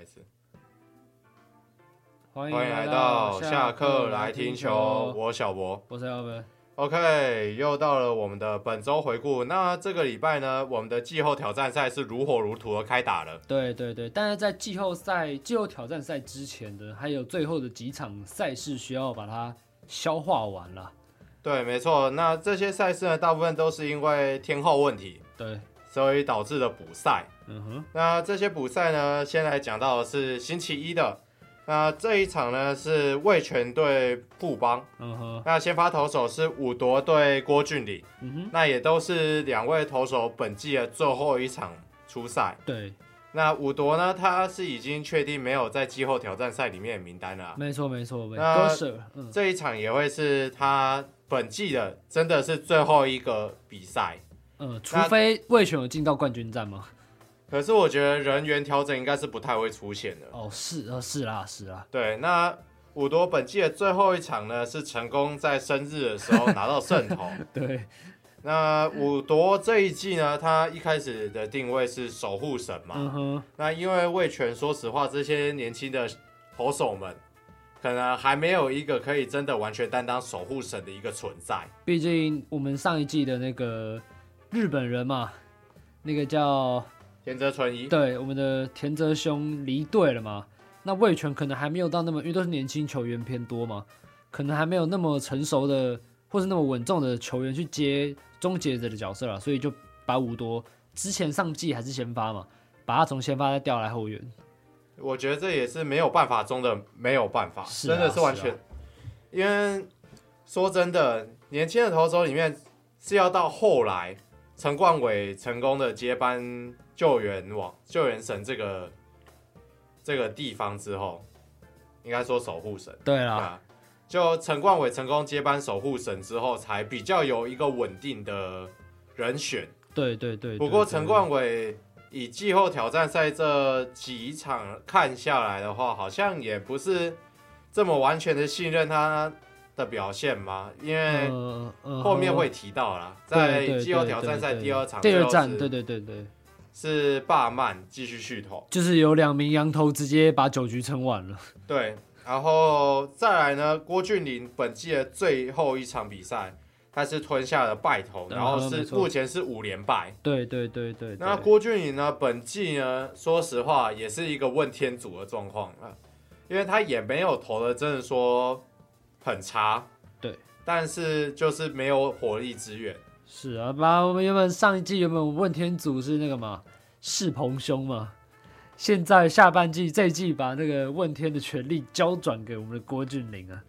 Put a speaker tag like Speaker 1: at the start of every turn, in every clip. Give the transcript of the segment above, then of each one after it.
Speaker 1: 一次。
Speaker 2: 欢
Speaker 1: 欢迎来到下课来听球，，我小博。
Speaker 2: 我是 Alvin。
Speaker 1: OK，又到了我们的本周回顾。那这个礼拜呢，我们的季后挑战赛是如火如荼的开打了。
Speaker 2: 对对对，但是在季后赛、季后挑战赛之前的，还有最后的几场赛事需要把它消化完了。
Speaker 1: 对，没错。那这些赛事呢，大部分都是因为天后问题，
Speaker 2: 对，
Speaker 1: 所以导致的补赛。
Speaker 2: 嗯哼，
Speaker 1: 那这些补赛呢，先来讲到的是星期一的。那这一场呢是卫权对布邦，
Speaker 2: 嗯哼，
Speaker 1: 那先发投手是武夺对郭俊麟，
Speaker 2: 嗯哼，
Speaker 1: 那也都是两位投手本季的最后一场出赛。
Speaker 2: 对，
Speaker 1: 那武夺呢，他是已经确定没有在季后挑战赛里面的名单了啊、
Speaker 2: 没错没错，没
Speaker 1: 那
Speaker 2: 错。Gosser，嗯，
Speaker 1: 这一场也会是他本季的真的是最后一个比赛。
Speaker 2: 呃，除非魏权有进到冠军战吗？
Speaker 1: 可是我觉得人员调整应该是不太会出现的。
Speaker 2: 哦，是，呃，是啦，是啦，
Speaker 1: 对，那武夺本季的最后一场呢，是成功在生日的时候拿到胜 投。
Speaker 2: 对，
Speaker 1: 那武夺这一季呢，他一开始的定位是守护神嘛，
Speaker 2: 嗯哼，
Speaker 1: 那因为魏权，说实话，这些年轻的投手们，可能还没有一个可以真的完全担当守护神的一个存在。
Speaker 2: 毕竟我们上一季的那个日本人嘛，那个叫
Speaker 1: 田泽纯一，
Speaker 2: 对，我们的田泽兄离队了嘛？那魏权可能还没有到那么，因为都是年轻球员偏多嘛，可能还没有那么成熟的或是那么稳重的球员去接终结者的角色了，所以就把武多之前上季还是先发嘛，把他从先发再调来后援。
Speaker 1: 我觉得这也是没有办法中的没有办法，
Speaker 2: 是啊
Speaker 1: 真的是完全，
Speaker 2: 是啊
Speaker 1: 因为说真的，年轻的投手里面是要到后来陈冠伟成功的接班救援网救援神这个这个地方之后，应该说守护神。
Speaker 2: 对啦，
Speaker 1: 啊，就陈冠伟成功接班守护神之后，才比较有一个稳定的人选。
Speaker 2: 对对对
Speaker 1: 不过陈，冠伟以季后挑战赛这几场看下来的话，好像也不是这么完全的信任他的表现嘛，因
Speaker 2: 对对
Speaker 1: 为
Speaker 2: 呃呃
Speaker 1: 后面会提到啦，
Speaker 2: 对
Speaker 1: 在
Speaker 2: 对
Speaker 1: 季后
Speaker 2: 对
Speaker 1: 挑战赛
Speaker 2: 对
Speaker 1: 第二场
Speaker 2: 第
Speaker 1: 最
Speaker 2: 二
Speaker 1: 后
Speaker 2: 站，
Speaker 1: 是
Speaker 2: 对对对对，
Speaker 1: 是霸曼继续续投。
Speaker 2: 就是有两名羊头直接把九局撑完了。
Speaker 1: 对，然后再来呢，郭俊麟本季的最后一场比赛，他是吞下了败投，
Speaker 2: 嗯
Speaker 1: 然后
Speaker 2: 没
Speaker 1: 是
Speaker 2: 错
Speaker 1: 目前是五连败。
Speaker 2: 对对对对对
Speaker 1: 那郭俊麟呢，本季呢，说实话也是一个问天主的状况啊，因为他也没有投的真的说很差，
Speaker 2: 对，
Speaker 1: 但是就是没有火力支援。
Speaker 2: 是啊，把我们原本上一季原本问天组是那个嘛，世鹏兄嘛，现在下半季这一季把那个问天的权利交转给我们的郭俊麟啊，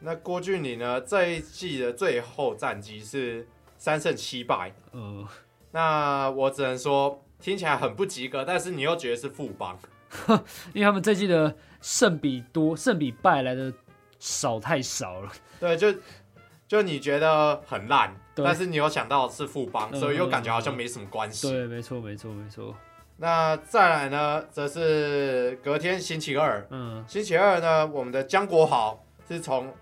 Speaker 1: 那郭俊麟呢，这一季的最后战绩是三胜七败，
Speaker 2: 嗯，
Speaker 1: 那我只能说听起来很不及格，但是你又觉得是副帮。
Speaker 2: 因为他们这季的胜比多胜比败来的少太少了，
Speaker 1: 对，就就你觉得很烂，
Speaker 2: 对
Speaker 1: 但是你有想到是富邦，
Speaker 2: 嗯
Speaker 1: 所以又感觉好像没什么关系。
Speaker 2: 对，没错，没错，没错，
Speaker 1: 那再来呢，则是隔天星期二，
Speaker 2: 嗯，
Speaker 1: 星期二呢，我们的江国豪是重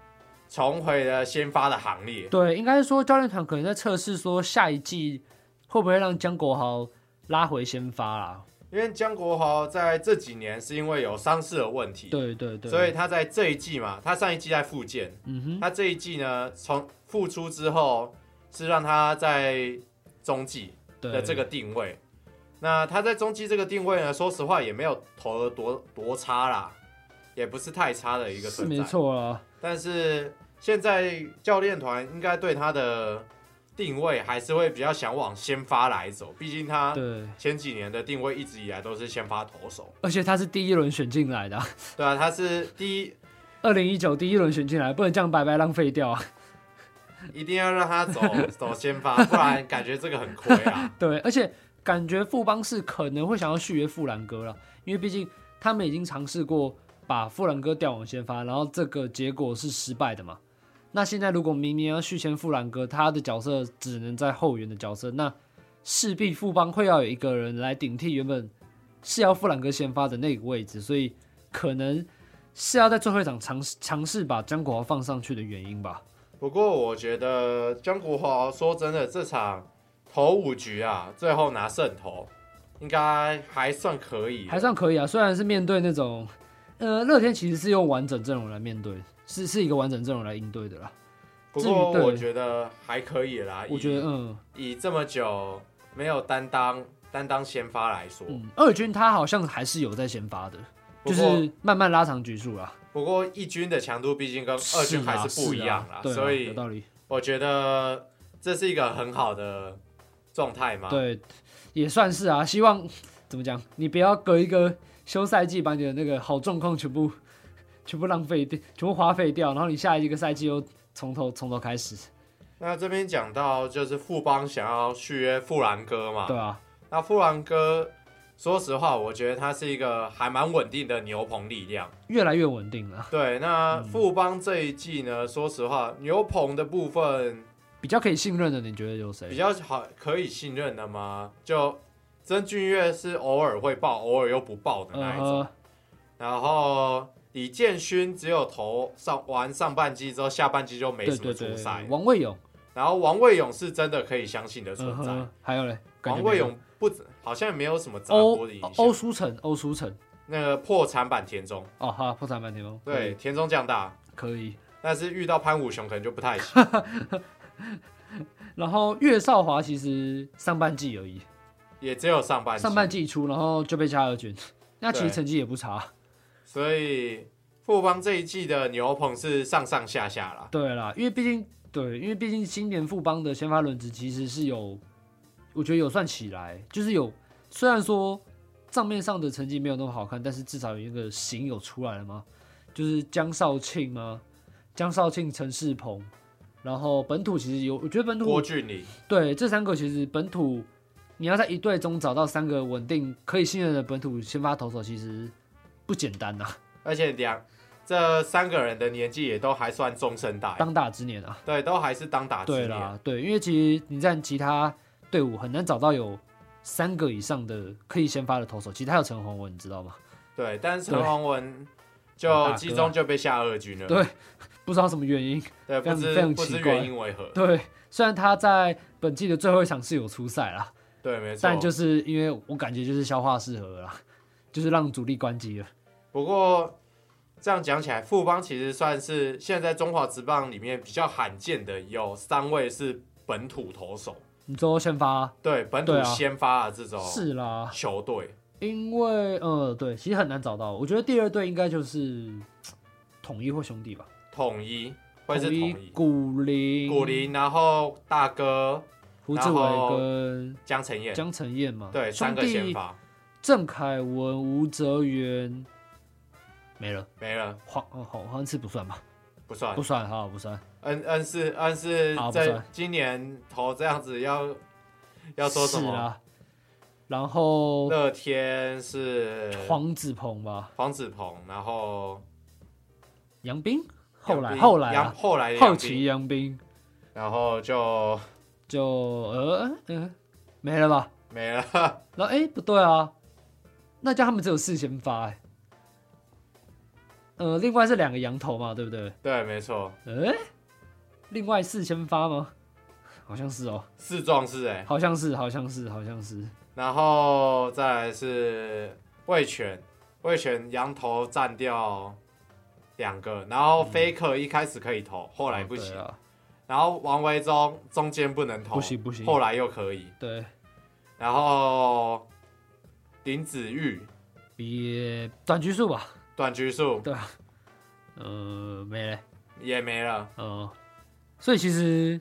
Speaker 1: 重回了先发的行列。
Speaker 2: 对，应该说教练团可能在测试说下一季会不会让江国豪拉回先发啦，
Speaker 1: 因为江国豪在这几年是因为有伤势的问题，
Speaker 2: 对对对，
Speaker 1: 所以他在这一季嘛，他上一季在复健，
Speaker 2: 嗯哼，
Speaker 1: 他这一季呢，从复出之后是让他在中继，的
Speaker 2: 对
Speaker 1: 这个定位。那他在中继这个定位呢，说实话也没有投的多多差啦，也不是太差的一个
Speaker 2: 是
Speaker 1: 存
Speaker 2: 没
Speaker 1: 在。
Speaker 2: 错啊，
Speaker 1: 但是现在教练团应该对他的定位还是会比较想往先发来走，毕竟他
Speaker 2: 对，
Speaker 1: 前几年的定位一直以来都是先发投手。
Speaker 2: 而且他是第一轮选进来的啊、
Speaker 1: 对啊，他是第一，
Speaker 2: 二零一九第一轮选进来，不能这样白白浪费掉啊。
Speaker 1: 一定要让他走走先发，不然感觉这个很亏啊。
Speaker 2: 对，而且感觉富邦是可能会想要续约富兰哥了，因为毕竟他们已经尝试过把富兰哥调往先发，然后这个结果是失败的嘛。那现在如果明年要续签富兰哥，他的角色只能在后援的角色，那势必富邦会要有一个人来顶替原本是要富兰哥先发的那个位置，所以可能是要在最后一场尝试尝试把江国豪放上去的原因吧。
Speaker 1: 不过我觉得江国豪说真的，这场投五局啊，最后拿胜投，应该还算可以。
Speaker 2: 还算可以啊。虽然是面对那种，呃，乐天其实是用完整阵容来面对，是是一个完整阵容来应对的啦。
Speaker 1: 不过
Speaker 2: 至于对
Speaker 1: 我觉得还可以啦。
Speaker 2: 我
Speaker 1: 以
Speaker 2: 觉得，嗯
Speaker 1: 以这么久没有担当担当先发来说，
Speaker 2: 嗯，二军他好像还是有在先发的，
Speaker 1: 不
Speaker 2: 就
Speaker 1: 过
Speaker 2: 是慢慢拉长局数啦。
Speaker 1: 不过一军的强度毕竟跟二军还
Speaker 2: 是
Speaker 1: 是不一样
Speaker 2: 啦，
Speaker 1: 啦，
Speaker 2: 是啊对啊
Speaker 1: 所
Speaker 2: 有
Speaker 1: 以
Speaker 2: 道理。
Speaker 1: 我觉得这是一个很好的状态嘛。
Speaker 2: 对，也算是啊。希望怎么讲，你不要隔一个休赛季把你的那个好状况全部 全部浪费掉，全部花费掉，然后你下一个赛季又从头从头开始，
Speaker 1: 那这边讲到就是富邦想要续约富兰哥嘛，
Speaker 2: 对啊，
Speaker 1: 那富兰哥说实话，我觉得他是一个还蛮稳定的牛棚力量。
Speaker 2: 越来越稳定了，
Speaker 1: 对，
Speaker 2: 嗯
Speaker 1: 那富邦这一季呢，说实话，牛棚的部分
Speaker 2: 比较可以信任的，你觉得有
Speaker 1: 比
Speaker 2: 谁？
Speaker 1: 较好可以信任的吗？就曾俊岳是偶尔会爆，偶尔又不爆的那一种。
Speaker 2: 呃，
Speaker 1: 然后李建勋只有投上完上半季之后，下半季就没
Speaker 2: 对
Speaker 1: 什么
Speaker 2: 对
Speaker 1: 出
Speaker 2: 对
Speaker 1: 赛。，
Speaker 2: 王卫勇，
Speaker 1: 然后王卫勇是真的可以相信的存
Speaker 2: 嗯
Speaker 1: 在。
Speaker 2: 哼，还有嘞，感
Speaker 1: 王
Speaker 2: 觉没哦
Speaker 1: 卫
Speaker 2: 有，
Speaker 1: 勇不止好像没有什么砸
Speaker 2: 欧
Speaker 1: 锅的影
Speaker 2: 欧
Speaker 1: 响。
Speaker 2: 舒城，欧舒城，
Speaker 1: 那个破产版田中，
Speaker 2: 哦哈，破产半天哦，
Speaker 1: 对田中降大，
Speaker 2: 可以，可以。
Speaker 1: 但是遇到潘武雄可能就不 太行。
Speaker 2: 然后岳少华其实上半季而已，
Speaker 1: 也只有上半季
Speaker 2: 上半季初，然后就被加二军，那其实
Speaker 1: 对
Speaker 2: 成绩也不差。
Speaker 1: 所以富邦这一季的牛棚是上上下下啦。
Speaker 2: 对啦，因为毕竟对，因为毕竟今年富邦的先发轮值其实是有，我觉得有算起来，就是有虽然说账面上的成绩没有那么好看，但是至少有一个型有出来了嘛，就是江少庆吗？江少庆、陈世鹏，然后本土其实有，我觉得本土
Speaker 1: 郭俊麟，
Speaker 2: 对这三个其实本土，你要在一队中找到三个稳定可以信任的本土先发投手，其实不简单呐、
Speaker 1: 而且两这三个人的年纪也都还算中生代，
Speaker 2: 当打之年啊。
Speaker 1: 对，都还是当打之
Speaker 2: 对
Speaker 1: 年。
Speaker 2: 啦，对，因为其实你在其他队伍很难找到有三个以上的可以先发的投手，其实还有陈宏文，你知道吗？
Speaker 1: 对，但是
Speaker 2: 对
Speaker 1: 陈宏文
Speaker 2: 老大
Speaker 1: 就
Speaker 2: 哥啊
Speaker 1: 集中就被下二军了，
Speaker 2: 对不知道什么原因，
Speaker 1: 对，
Speaker 2: 非
Speaker 1: 不
Speaker 2: 常
Speaker 1: 知
Speaker 2: 非常
Speaker 1: 不知
Speaker 2: 奇怪
Speaker 1: 原因为何。
Speaker 2: 对，虽然他在本季的最后一场是有出赛啦，
Speaker 1: 对，没错
Speaker 2: 但。就是因为我感觉就是消化适合了啦，就是让主力关机了。
Speaker 1: 不过这样讲起来，富邦其实算是现在中华职棒里面比较罕见的，有三位是本土投手，
Speaker 2: 你说先发
Speaker 1: 对，本
Speaker 2: 对
Speaker 1: 土
Speaker 2: 啊
Speaker 1: 先发的这种
Speaker 2: 是啦，
Speaker 1: 球队。
Speaker 2: 因为呃对，其实很难找到，我觉得第二队应该就是统一或兄弟吧，
Speaker 1: 统一会是统一，
Speaker 2: 古林、
Speaker 1: 古林，然后大哥
Speaker 2: 胡志伟
Speaker 1: 然后
Speaker 2: 跟
Speaker 1: 江晨燕，
Speaker 2: 江晨燕嘛，
Speaker 1: 对，
Speaker 2: 兄
Speaker 1: 三个先
Speaker 2: 弟
Speaker 1: 发
Speaker 2: 郑凯文、吴哲源没了，
Speaker 1: 没了，
Speaker 2: 黄哦黄黄志不算吧？
Speaker 1: 不算
Speaker 2: 不。算，好不算。
Speaker 1: 恩恩是恩是
Speaker 2: 啊不
Speaker 1: 在
Speaker 2: 算
Speaker 1: 今年投这样子要要说什
Speaker 2: 是
Speaker 1: 么？
Speaker 2: 啊，然后
Speaker 1: 乐天是
Speaker 2: 黄子鹏吧，
Speaker 1: 黄子鹏，然后
Speaker 2: 杨斌，后来
Speaker 1: 杨斌
Speaker 2: 后来
Speaker 1: 杨
Speaker 2: 啊，
Speaker 1: 后来的
Speaker 2: 后
Speaker 1: 杨斌
Speaker 2: 期杨斌
Speaker 1: 然后就
Speaker 2: 就呃呃没了吧？
Speaker 1: 没了。
Speaker 2: 然后哎不对啊，那叫他们只有四先发哎、呃，另外是两个羊头嘛，对不对？
Speaker 1: 对，没错，
Speaker 2: 哎，另外四先发吗？ 好像是哦，
Speaker 1: 四壮士哎，
Speaker 2: 好像是，好像是，好像是。
Speaker 1: 然后再来是魏权，魏权羊头占掉两个，然后 Faker 一开始可以投，后来不
Speaker 2: 哦
Speaker 1: 行，
Speaker 2: 对啊，
Speaker 1: 然后王维忠中间不能投，
Speaker 2: 不行不行
Speaker 1: 后来又可以，
Speaker 2: 对，
Speaker 1: 然后林子玉
Speaker 2: 比短局数吧，
Speaker 1: 短局数
Speaker 2: 呃，没了，
Speaker 1: 也没了，
Speaker 2: 呃，所以其实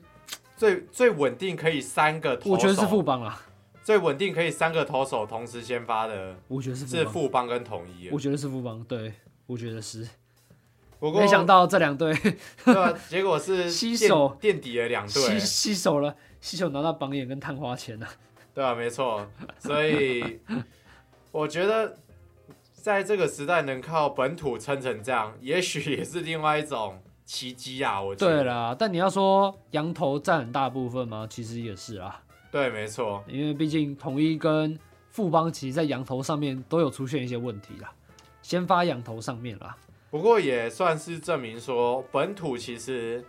Speaker 1: 最最稳定可以三个投手，
Speaker 2: 我觉得是副帮啦，
Speaker 1: 最稳定可以三个投手同时先发的
Speaker 2: 我觉得是
Speaker 1: 是
Speaker 2: 副帮，
Speaker 1: 富邦跟统一，
Speaker 2: 我觉得是副帮，对，我觉得是。
Speaker 1: 不过
Speaker 2: 没想到这两队
Speaker 1: 对啊、结果是
Speaker 2: 吸
Speaker 1: 垫
Speaker 2: 手
Speaker 1: 垫底了两队
Speaker 2: 吸吸手了，吸手拿到榜眼跟探花钱了、啊，
Speaker 1: 对啊，没错，所以我觉得在这个时代能靠本土撑成这样，也许也是另外一种奇迹啊！我觉得
Speaker 2: 对，啦，但你要说羊头占很大部分吗？其实也是啦，
Speaker 1: 对，没错，
Speaker 2: 因为毕竟统一跟富邦其实在羊头上面都有出现一些问题啦，先发羊头上面啦，
Speaker 1: 不过也算是证明说本土其实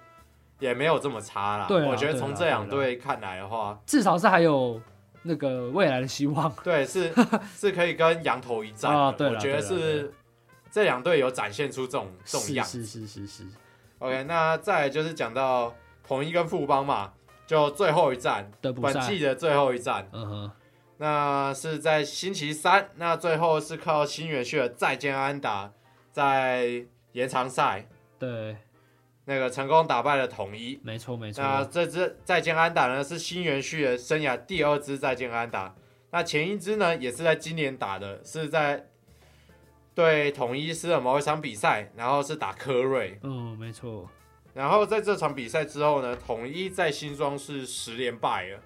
Speaker 1: 也没有这么差啦。
Speaker 2: 对啊
Speaker 1: 我觉得从这两
Speaker 2: 对
Speaker 1: 队看来的话，
Speaker 2: 至少是还有那个未来的希望。
Speaker 1: 对，是 是可以跟羊头一战的。
Speaker 2: 啊对啦
Speaker 1: 我觉得
Speaker 2: 对啦对
Speaker 1: 是这两队有展现出这种这种
Speaker 2: 是
Speaker 1: 样。
Speaker 2: 是是是是，
Speaker 1: OK，那再来就是讲到统一跟富邦嘛，就最后一战，
Speaker 2: 德补
Speaker 1: 本
Speaker 2: 赛，
Speaker 1: 季的最后一战，
Speaker 2: 嗯哼，
Speaker 1: 那是在星期三，那最后是靠新元旭的再见安打，在延长赛
Speaker 2: 对，
Speaker 1: 那个成功打败了统一。
Speaker 2: 没错没错，
Speaker 1: 那这支再见安打呢，是新元旭的生涯第二支再见安打。那前一支呢，也是在今年打的，是在对统一师的某一场比赛，然后是打科瑞。
Speaker 2: 嗯，没错，
Speaker 1: 然后在这场比赛之后呢，统一在新庄是十连败了，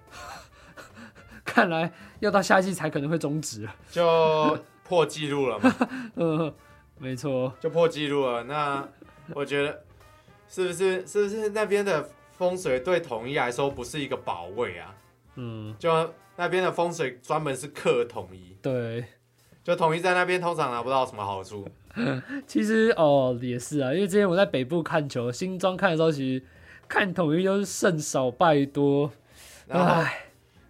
Speaker 2: 看来要到夏季才可能会终止了。
Speaker 1: 就破纪录了嘛，
Speaker 2: 嗯，没错，
Speaker 1: 就破纪录了。那我觉得是不是是不是那边的风水对统一来说不是一个保卫啊？
Speaker 2: 嗯，
Speaker 1: 就那边的风水专门是克统一，
Speaker 2: 对，
Speaker 1: 就统一在那边通常拿不到什么好 处。
Speaker 2: 其实哦也是啊，因为之前我在北部看球，新庄看的时候，其实看统一都是胜少败多，
Speaker 1: 然后
Speaker 2: 唉，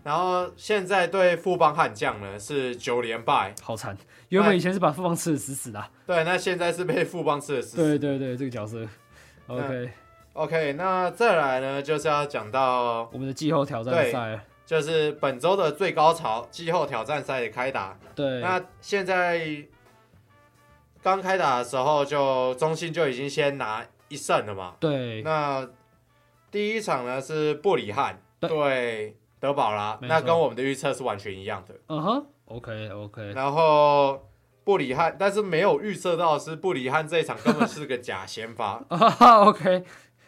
Speaker 1: 然后现在对富邦悍将呢是九连败，
Speaker 2: 好惨。原本以前是把富邦吃的死死的啊、
Speaker 1: 对，那现在是被富邦吃的十
Speaker 2: 对对对，这个角色。
Speaker 1: 那
Speaker 2: OK，、
Speaker 1: OK，那再来呢就是要讲到。
Speaker 2: 我们的季后挑战赛了，
Speaker 1: 就是本周的最高潮，季后挑战赛的开打。
Speaker 2: 对，
Speaker 1: 那现在刚开打的时候就，中信就已经先拿一胜了嘛。
Speaker 2: 对，
Speaker 1: 那第一场呢是布里汉
Speaker 2: 对
Speaker 1: 对德保拉，
Speaker 2: 没错
Speaker 1: 那跟我们的预测是完全一样的。
Speaker 2: 嗯哼，OK OK，。
Speaker 1: 然后布里汉，但是没有预测到的是布里汉这一场根本是个假先发
Speaker 2: 啊哈哈 OK，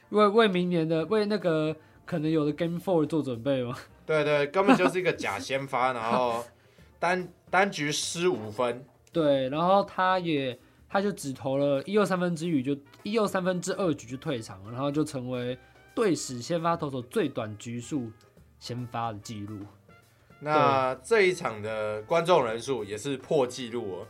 Speaker 2: 为为明年的为那个可能有的 Game Four 做准备吗？
Speaker 1: 对对，根本就是一个假先发，然后 单单局失五分。
Speaker 2: 对，然后他也他就只投了一又三分之一就一又三分之二局就退场了，然后就成为队史先发投手最短局数先发的记录。
Speaker 1: 那这一场的观众人数也是破纪录哦。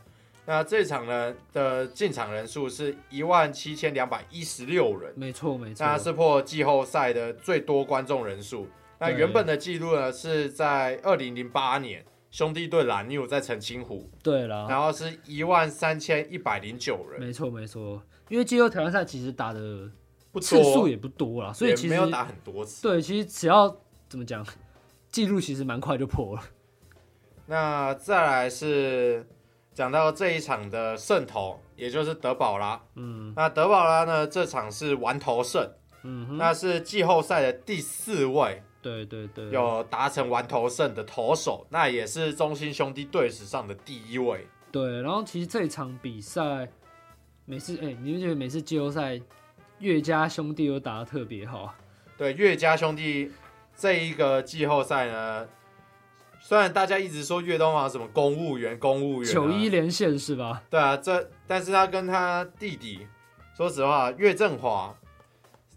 Speaker 1: 那这场呢的进场人数是一万七千两百一十六人，
Speaker 2: 没错没错，
Speaker 1: 那是破季后赛的最多观众人数。那
Speaker 2: 对
Speaker 1: 原本的记录呢是在二零零八年兄弟对蓝牛在澄清湖，
Speaker 2: 对了，
Speaker 1: 然后是一万三千一百零九人，
Speaker 2: 没错没错，因为季后挑战赛其实打的
Speaker 1: 不
Speaker 2: 次数
Speaker 1: 多，
Speaker 2: 也不哦多啦，所以
Speaker 1: 也
Speaker 2: 其
Speaker 1: 没
Speaker 2: 实
Speaker 1: 有打很多次。
Speaker 2: 对，其实只要怎么讲，记录其实蛮快就破了。
Speaker 1: 那再来是讲到这一场的胜投，也就是德保拉。嗯，那德保拉呢，这场是完投胜，
Speaker 2: 嗯哼，
Speaker 1: 那是季后赛的第四位
Speaker 2: 对对对，
Speaker 1: 有达成完投胜的投手，那也是中心兄弟队史上的第一位。
Speaker 2: 对，然后其实这一场比赛，每次哎、你们觉得每次季后赛，岳家兄弟都打得特别好啊，
Speaker 1: 对，岳家兄弟这一个季后赛呢，虽然大家一直说岳东王什么公务员，公务员、啊，
Speaker 2: 九一连线是吧？
Speaker 1: 对啊，这但是他跟他弟弟，说实话，岳振华，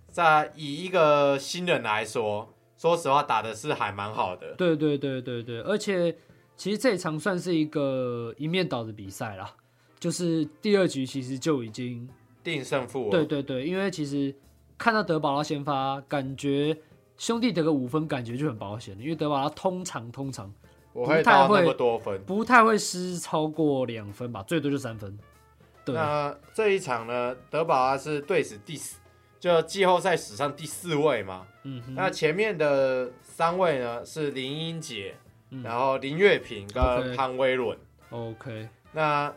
Speaker 1: 在以一个新人来说，说实话打的是还蛮好的。
Speaker 2: 对对对对对，而且其实这一场算是一个一面倒的比赛啦，就是第二局其实就已经
Speaker 1: 定胜负、哦，
Speaker 2: 对对对，因为其实看到德保拉先发，感觉兄弟得个五分，感觉就很保险了，因为德保拉通常通常
Speaker 1: 我会
Speaker 2: 不太
Speaker 1: 到
Speaker 2: 会
Speaker 1: 那么多分。
Speaker 2: 不太会失超过两分吧，最多就三分。对，
Speaker 1: 那这一场呢，德保拉是队史第四，就季后赛史上第四位嘛。
Speaker 2: 嗯哼，
Speaker 1: 那前面的三位呢是林英杰，
Speaker 2: 嗯
Speaker 1: 然后林月平跟
Speaker 2: OK
Speaker 1: 潘威伦。
Speaker 2: OK，
Speaker 1: 那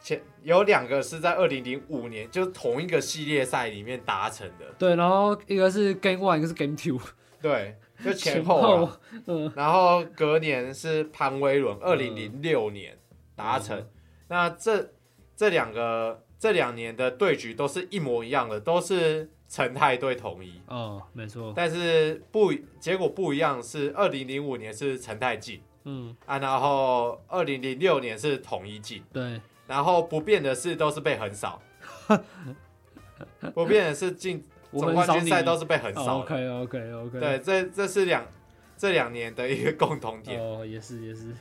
Speaker 1: 前有两个是在二零零五年，就是同一个系列赛里面达成的，
Speaker 2: 对，然后一个是 Game One，一个是 Game Two，
Speaker 1: 对，就前
Speaker 2: 前
Speaker 1: 后啊、
Speaker 2: 后，嗯，
Speaker 1: 然后隔年是潘威伦，二零零六年达成。
Speaker 2: 嗯
Speaker 1: 那这这两个这两年的对局都是一模一样的，都是陈泰对统一，
Speaker 2: 哦，没错，
Speaker 1: 但是不结果不一样是二零零五年是陈泰进
Speaker 2: 嗯，
Speaker 1: 啊，然后二零零六年是统一进。
Speaker 2: 对，
Speaker 1: 然后不变的是都是被横 扫，不变的是进
Speaker 2: 我
Speaker 1: 总
Speaker 2: 很
Speaker 1: 冠
Speaker 2: 少
Speaker 1: 军
Speaker 2: 你
Speaker 1: 赛都是被横扫
Speaker 2: 哦
Speaker 1: 的。
Speaker 2: OK OK OK，，
Speaker 1: 对，这这是两这两年的一个共同点。
Speaker 2: 哦，也是也是，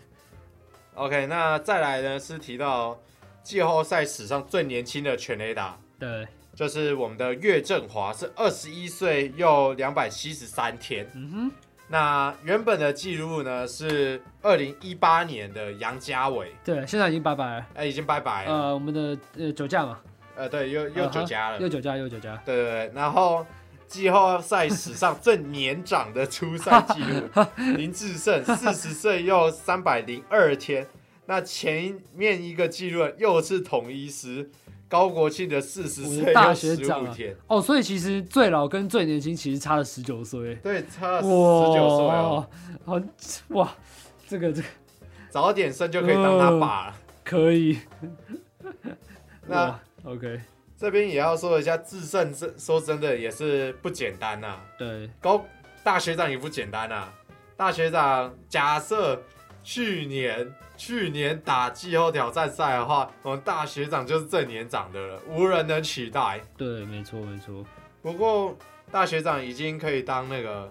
Speaker 1: OK，那再来呢是提到季后赛史上最年轻的全垒打，
Speaker 2: 对，
Speaker 1: 就是我们的岳振华是二十一岁又两百七十三天。
Speaker 2: 嗯哼，
Speaker 1: 那原本的记录呢是二零一八年的杨家伟，
Speaker 2: 对，现在已经拜拜了。
Speaker 1: 哎、已经拜拜了，
Speaker 2: 呃，我们的呃酒驾嘛，
Speaker 1: 呃，对，又又
Speaker 2: 嗯哼
Speaker 1: 酒驾了，
Speaker 2: 又酒驾又酒驾，
Speaker 1: 对对对，然后季后赛史上最年长的出赛记 录，林志胜四十岁又三百零二天。那前面一个记录又是统一师高国庆的四十
Speaker 2: 我
Speaker 1: 岁
Speaker 2: 的大
Speaker 1: 又
Speaker 2: 学
Speaker 1: 十
Speaker 2: 长
Speaker 1: 五
Speaker 2: 啊
Speaker 1: 天，
Speaker 2: 哦，所以其实最老跟最年轻其实差了十九岁，
Speaker 1: 对，差
Speaker 2: 哇，
Speaker 1: 十九岁哦，
Speaker 2: 好哇，这个这个
Speaker 1: 早点生就可以当他爸了。
Speaker 2: 可以，
Speaker 1: 那
Speaker 2: 哇 OK，
Speaker 1: 这边也要说一下，智胜这说真的也是不简单啊呐、
Speaker 2: 对，
Speaker 1: 高大学长也不简单啊。大学长，假设去年去年打季后挑战赛的话，我们大学长就是最年长的了，无人能取代。
Speaker 2: 对，没错没错，
Speaker 1: 不过大学长已经可以当那个，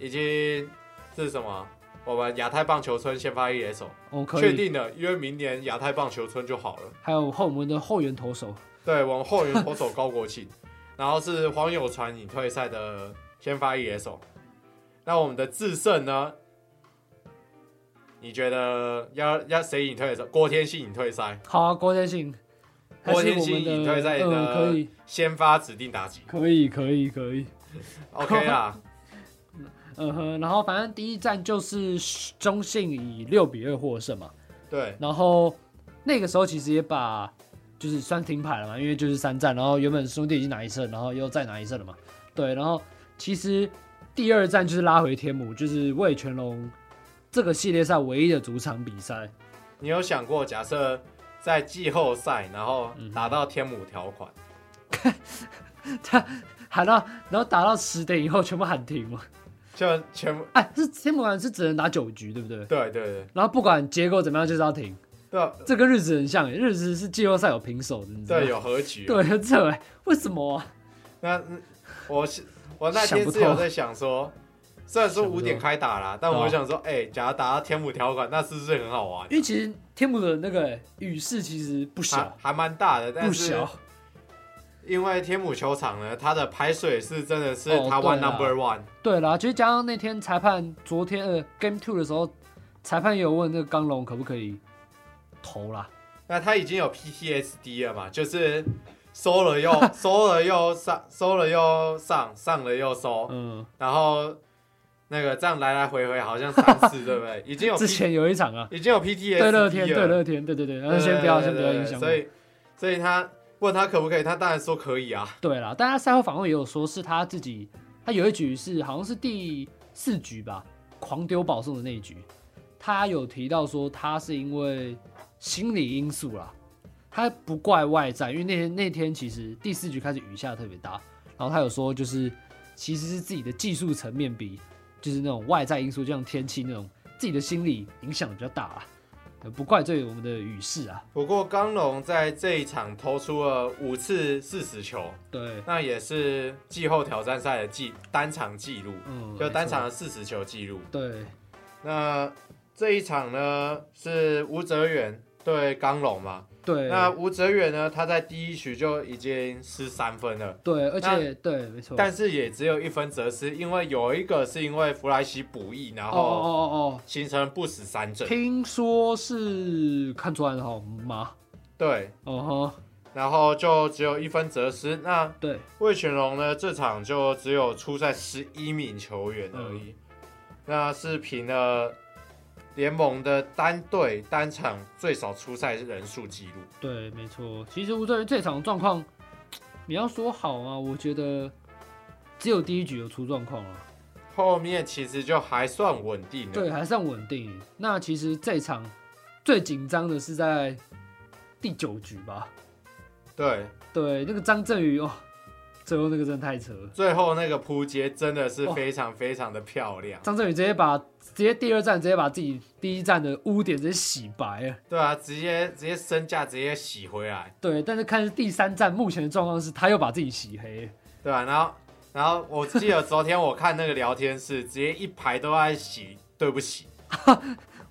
Speaker 1: 已经是什么？我们亚太棒球村先发一垒手，
Speaker 2: 哦可
Speaker 1: 确
Speaker 2: 以，
Speaker 1: 定了，因为明年亚太棒球村就好了。
Speaker 2: 还有后我们的后援投手，
Speaker 1: 对，我们后援投手高国庆，然后是黄友传引退赛的先发一野手。那我们的智胜呢？你觉得要要谁隐退赛？郭天信隐退赛，
Speaker 2: 好啊，郭天信，还
Speaker 1: 郭
Speaker 2: 是
Speaker 1: 天
Speaker 2: 我
Speaker 1: 信
Speaker 2: 们
Speaker 1: 隐
Speaker 2: 的，
Speaker 1: 退赛的
Speaker 2: 嗯，可以
Speaker 1: 先发指定打击。
Speaker 2: 可以可以可以，
Speaker 1: OK 啦，
Speaker 2: 嗯哼，然后反正第一站就是中信以六比二获胜嘛。
Speaker 1: 对
Speaker 2: 然后那个时候其实也把就是算停牌了嘛，因为就是三战，然后原本兄弟已经拿一胜，然后又再拿一胜了嘛，对，然后其实第二战就是拉回天母，就是魏全龙这个系列赛唯一的主场比赛，
Speaker 1: 你有想过，假设在季后赛，然后
Speaker 2: 嗯
Speaker 1: 打到天母条款，
Speaker 2: 喊到然后打到十点以后全部喊停嘛，
Speaker 1: 就全部
Speaker 2: 哎，是天母好像是只能打九局，对不对？
Speaker 1: 对对对
Speaker 2: 然后不管结果怎么样就是要停，
Speaker 1: 对
Speaker 2: 这跟日子很像耶，欸日子是季后赛有平手的，你知道
Speaker 1: 对，
Speaker 2: 吗？
Speaker 1: 有和局。
Speaker 2: 对，很扯哎，为什么啊、
Speaker 1: 那嗯我是我那
Speaker 2: 想
Speaker 1: 天
Speaker 2: 不
Speaker 1: 是有
Speaker 2: 透
Speaker 1: 在想说，虽然说
Speaker 2: 想不
Speaker 1: 五点
Speaker 2: 透
Speaker 1: 开打啦，但
Speaker 2: 对
Speaker 1: 我
Speaker 2: 啊
Speaker 1: 想说，哎、假如打到天母条款，那是不是很好玩？
Speaker 2: 因为其实天母的那个欸雨势其实不小，
Speaker 1: 啊还还蛮大的，但
Speaker 2: 不
Speaker 1: 是
Speaker 2: 小，
Speaker 1: 因为天母球场呢，它的排水是真的是
Speaker 2: 哦
Speaker 1: 台湾
Speaker 2: 对啊
Speaker 1: number one，、
Speaker 2: 对啦，其实加上那天裁判昨天呃 Game Two 的时候，裁判也有问那个刚龙可不可以投啦，
Speaker 1: 那它已经有 PTSD 了嘛，就是收了又收了又上，收了又上，上了又收，
Speaker 2: 嗯，
Speaker 1: 然后那个这样来来回回好像三次，对不对？已经有
Speaker 2: 之
Speaker 1: P,
Speaker 2: 前有一场啊，
Speaker 1: 已经有 PTSD
Speaker 2: 对乐天，对
Speaker 1: 了
Speaker 2: 乐天，对对对，那先不要
Speaker 1: 对
Speaker 2: 先
Speaker 1: 对对
Speaker 2: 不要
Speaker 1: 对
Speaker 2: 影响我
Speaker 1: 所，以，所以他问他可不可以，他当然说可以啊。
Speaker 2: 对啦，但他赛后访问也有说是他自己，他有一局是好像是第四局吧，狂丢保送的那一局，他有提到说他是因为心理因素啦，他不怪外在，因为那天那天其实第四局开始雨下特别大，然后他有说就是其实是自己的技术层面比就是那种外在因素，就像天气那种自己的心理影响比较大啦，呃不怪罪我们的雨势啊，
Speaker 1: 不过刚龙在这一场投出了五次四十球，
Speaker 2: 对，
Speaker 1: 那也是季后挑战赛的季单场纪录，
Speaker 2: 嗯，
Speaker 1: 就单
Speaker 2: 没错
Speaker 1: 场的四十球纪录。
Speaker 2: 对，
Speaker 1: 那这一场呢是吴哲远对刚龙嘛？
Speaker 2: 对，
Speaker 1: 那吴哲远呢，他在第一局就已经失三分了。
Speaker 2: 对，而
Speaker 1: 那
Speaker 2: 且对，没错。
Speaker 1: 但是也只有一分折失，因为有一个是因为弗莱西补役，然
Speaker 2: 哦
Speaker 1: 后
Speaker 2: 哦哦
Speaker 1: 形成不死三
Speaker 2: 哦，
Speaker 1: 阵。
Speaker 2: 听说是看出来了好吗？
Speaker 1: 对，
Speaker 2: 哦哈，
Speaker 1: 然后就只有一分折失。那
Speaker 2: 对，
Speaker 1: 魏全龙呢，这场就只有出赛十一名球员而
Speaker 2: 嗯
Speaker 1: 已，那是平了联盟的单队单场最少出赛人数纪录。
Speaker 2: 对，没错。其实吴哲源这场状况，你要说好啊，我觉得只有第一局有出状况了，
Speaker 1: 后面其实就还算稳定了，
Speaker 2: 对，还算稳定。那其实这场最紧张的是在第九局吧？
Speaker 1: 对
Speaker 2: 对，那个张振宇哦，最后那个真的太扯了。
Speaker 1: 最后那个扑街真的是
Speaker 2: 哇
Speaker 1: 非常非常的漂亮，
Speaker 2: 张振宇直接把直接第二站直接把自己第一站的污点直接洗白了。
Speaker 1: 对啊，直接直接身价直接洗回来，
Speaker 2: 对，但是看是第三站目前的状况是，他又把自己洗黑。
Speaker 1: 对啊，然后然后我记得昨天我看那个聊天室，直接一排都在洗，对不起。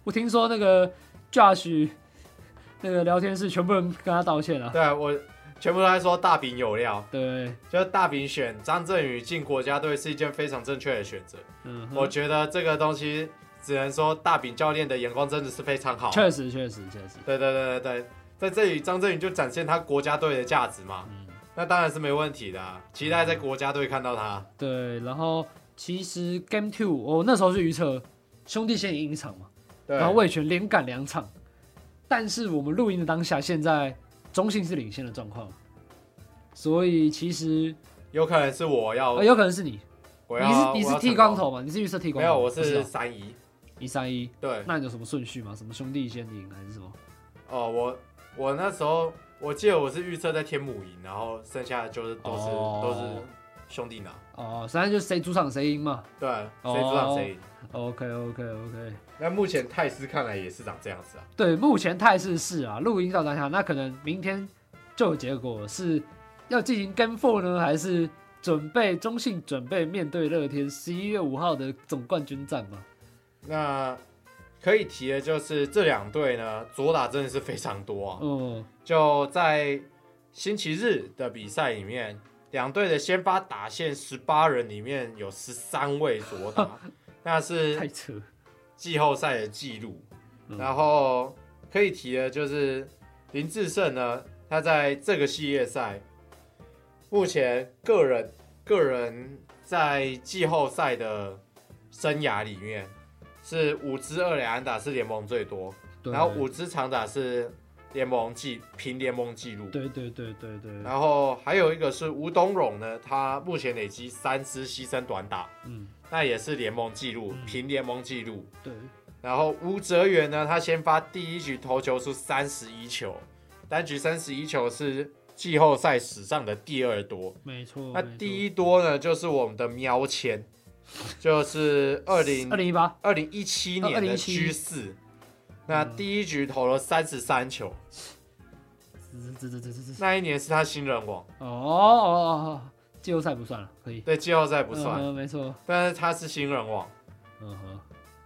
Speaker 2: 我听说那个 Josh 那个聊天室全部人跟他道歉了、
Speaker 1: 对我全部都在说大饼有料，
Speaker 2: 对，
Speaker 1: 就是大饼选张振宇进国家队是一件非常正确的选择。
Speaker 2: 嗯哼，
Speaker 1: 我觉得这个东西只能说大饼教练的眼光真的是非常好。
Speaker 2: 确实确实确实，
Speaker 1: 对对对对对，在这里张振宇就展现他国家队的价值嘛，
Speaker 2: 嗯，
Speaker 1: 那当然是没问题的啊、期待在国家队看到
Speaker 2: 嗯
Speaker 1: 他。
Speaker 2: 对。然后其实 Game Two，我那时候是预测兄弟先赢一场嘛，
Speaker 1: 对，
Speaker 2: 然后魏权连赶两场，但是我们录音的当下，现在中信是领先的状况，所以其实、
Speaker 1: 有可能是我要，
Speaker 2: 呃有可能是你，
Speaker 1: 我
Speaker 2: 你是
Speaker 1: 要，
Speaker 2: 你
Speaker 1: 我
Speaker 2: 是
Speaker 1: 要
Speaker 2: 剃
Speaker 1: 成
Speaker 2: 光
Speaker 1: 功，
Speaker 2: 头嘛？你是预测剃光
Speaker 1: 没
Speaker 2: 头？
Speaker 1: 有，我
Speaker 2: 不
Speaker 1: 是
Speaker 2: 啊
Speaker 1: 三一。
Speaker 2: 一三一，
Speaker 1: 对，
Speaker 2: 那你有什么顺序吗？什么兄弟先赢还是什么？
Speaker 1: 哦，我我那时候我记得我是预测在天母赢，然后剩下的就是都是、
Speaker 2: 哦
Speaker 1: 都是兄弟拿，
Speaker 2: 哦，反正就是谁主场谁赢嘛。
Speaker 1: 对，啊谁知道谁赢？
Speaker 2: OK OK OK，
Speaker 1: 那目前泰斯看来也是长这样子啊，
Speaker 2: 对，目前态势是啊，录音到当下，那可能明天就有结果，是要进行跟 f 呢，还是准备中信准备面对乐天十一月五号的总冠军战嘛？
Speaker 1: 那。可以提的就是这两队呢，左打真的是非常多啊。
Speaker 2: 嗯，
Speaker 1: 就在星期日的比赛里面，两队的先发打线十八人里面有十三位左打，那
Speaker 2: 太
Speaker 1: 是
Speaker 2: 扯。
Speaker 1: 季后赛的记录。
Speaker 2: 嗯
Speaker 1: 然后可以提的就是林志胜呢，他在这个系列赛目前个人个人在季后赛的生涯里面是五支二垒安打是联盟最多，
Speaker 2: 对
Speaker 1: 然后五支长打是联盟记平联盟记录。
Speaker 2: 对对对对对，
Speaker 1: 然后还有一个是吴东荣呢，他目前累积三支牺牲短打，
Speaker 2: 嗯，
Speaker 1: 那也是联盟纪录，
Speaker 2: 嗯
Speaker 1: 平联盟纪录。
Speaker 2: 对，
Speaker 1: 然后吴哲源呢，他先发第一局投球出三十一球，单局三十一球是季后赛史上的第二多。
Speaker 2: 没错。
Speaker 1: 那第
Speaker 2: 一
Speaker 1: 一多呢，就是我们的喵签，就是二零
Speaker 2: 二零哦一八，
Speaker 1: 二零一七年的
Speaker 2: 2017
Speaker 1: G 四，那第一局投了三十三球，
Speaker 2: 滋滋滋滋滋滋
Speaker 1: 那一年是他新人王，
Speaker 2: 哦哦哦，哦季后赛不算了，可以
Speaker 1: 对季后赛不算，
Speaker 2: 嗯哼没错。
Speaker 1: 但是他是新人王，
Speaker 2: 嗯哼。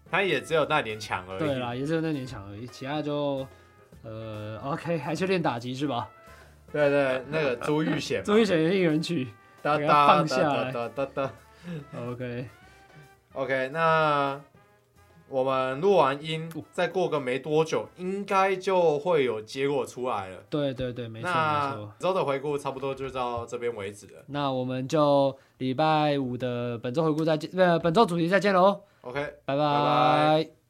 Speaker 1: 他也只有那点抢而已。
Speaker 2: 对啦，也只有那点强而已，其他就呃 OK，还 去练打击是吧？
Speaker 1: 对对，那个朱玉贤 嘛，
Speaker 2: 终于选一人去
Speaker 1: 哒
Speaker 2: 给
Speaker 1: 哒
Speaker 2: 他
Speaker 1: 哒
Speaker 2: 放下来
Speaker 1: 哒哒哒哒。
Speaker 2: OK，
Speaker 1: OK，那我们录完音，
Speaker 2: 哦
Speaker 1: 再过个没多久，应该就会有结果出来了。
Speaker 2: 对对对，没错没
Speaker 1: 那
Speaker 2: 错。
Speaker 1: 周的回顾差不多就到这边为止了。
Speaker 2: 那我们就礼拜五的本周回顾再见，呃，本周主题再见喽，
Speaker 1: OK，拜
Speaker 2: 拜拜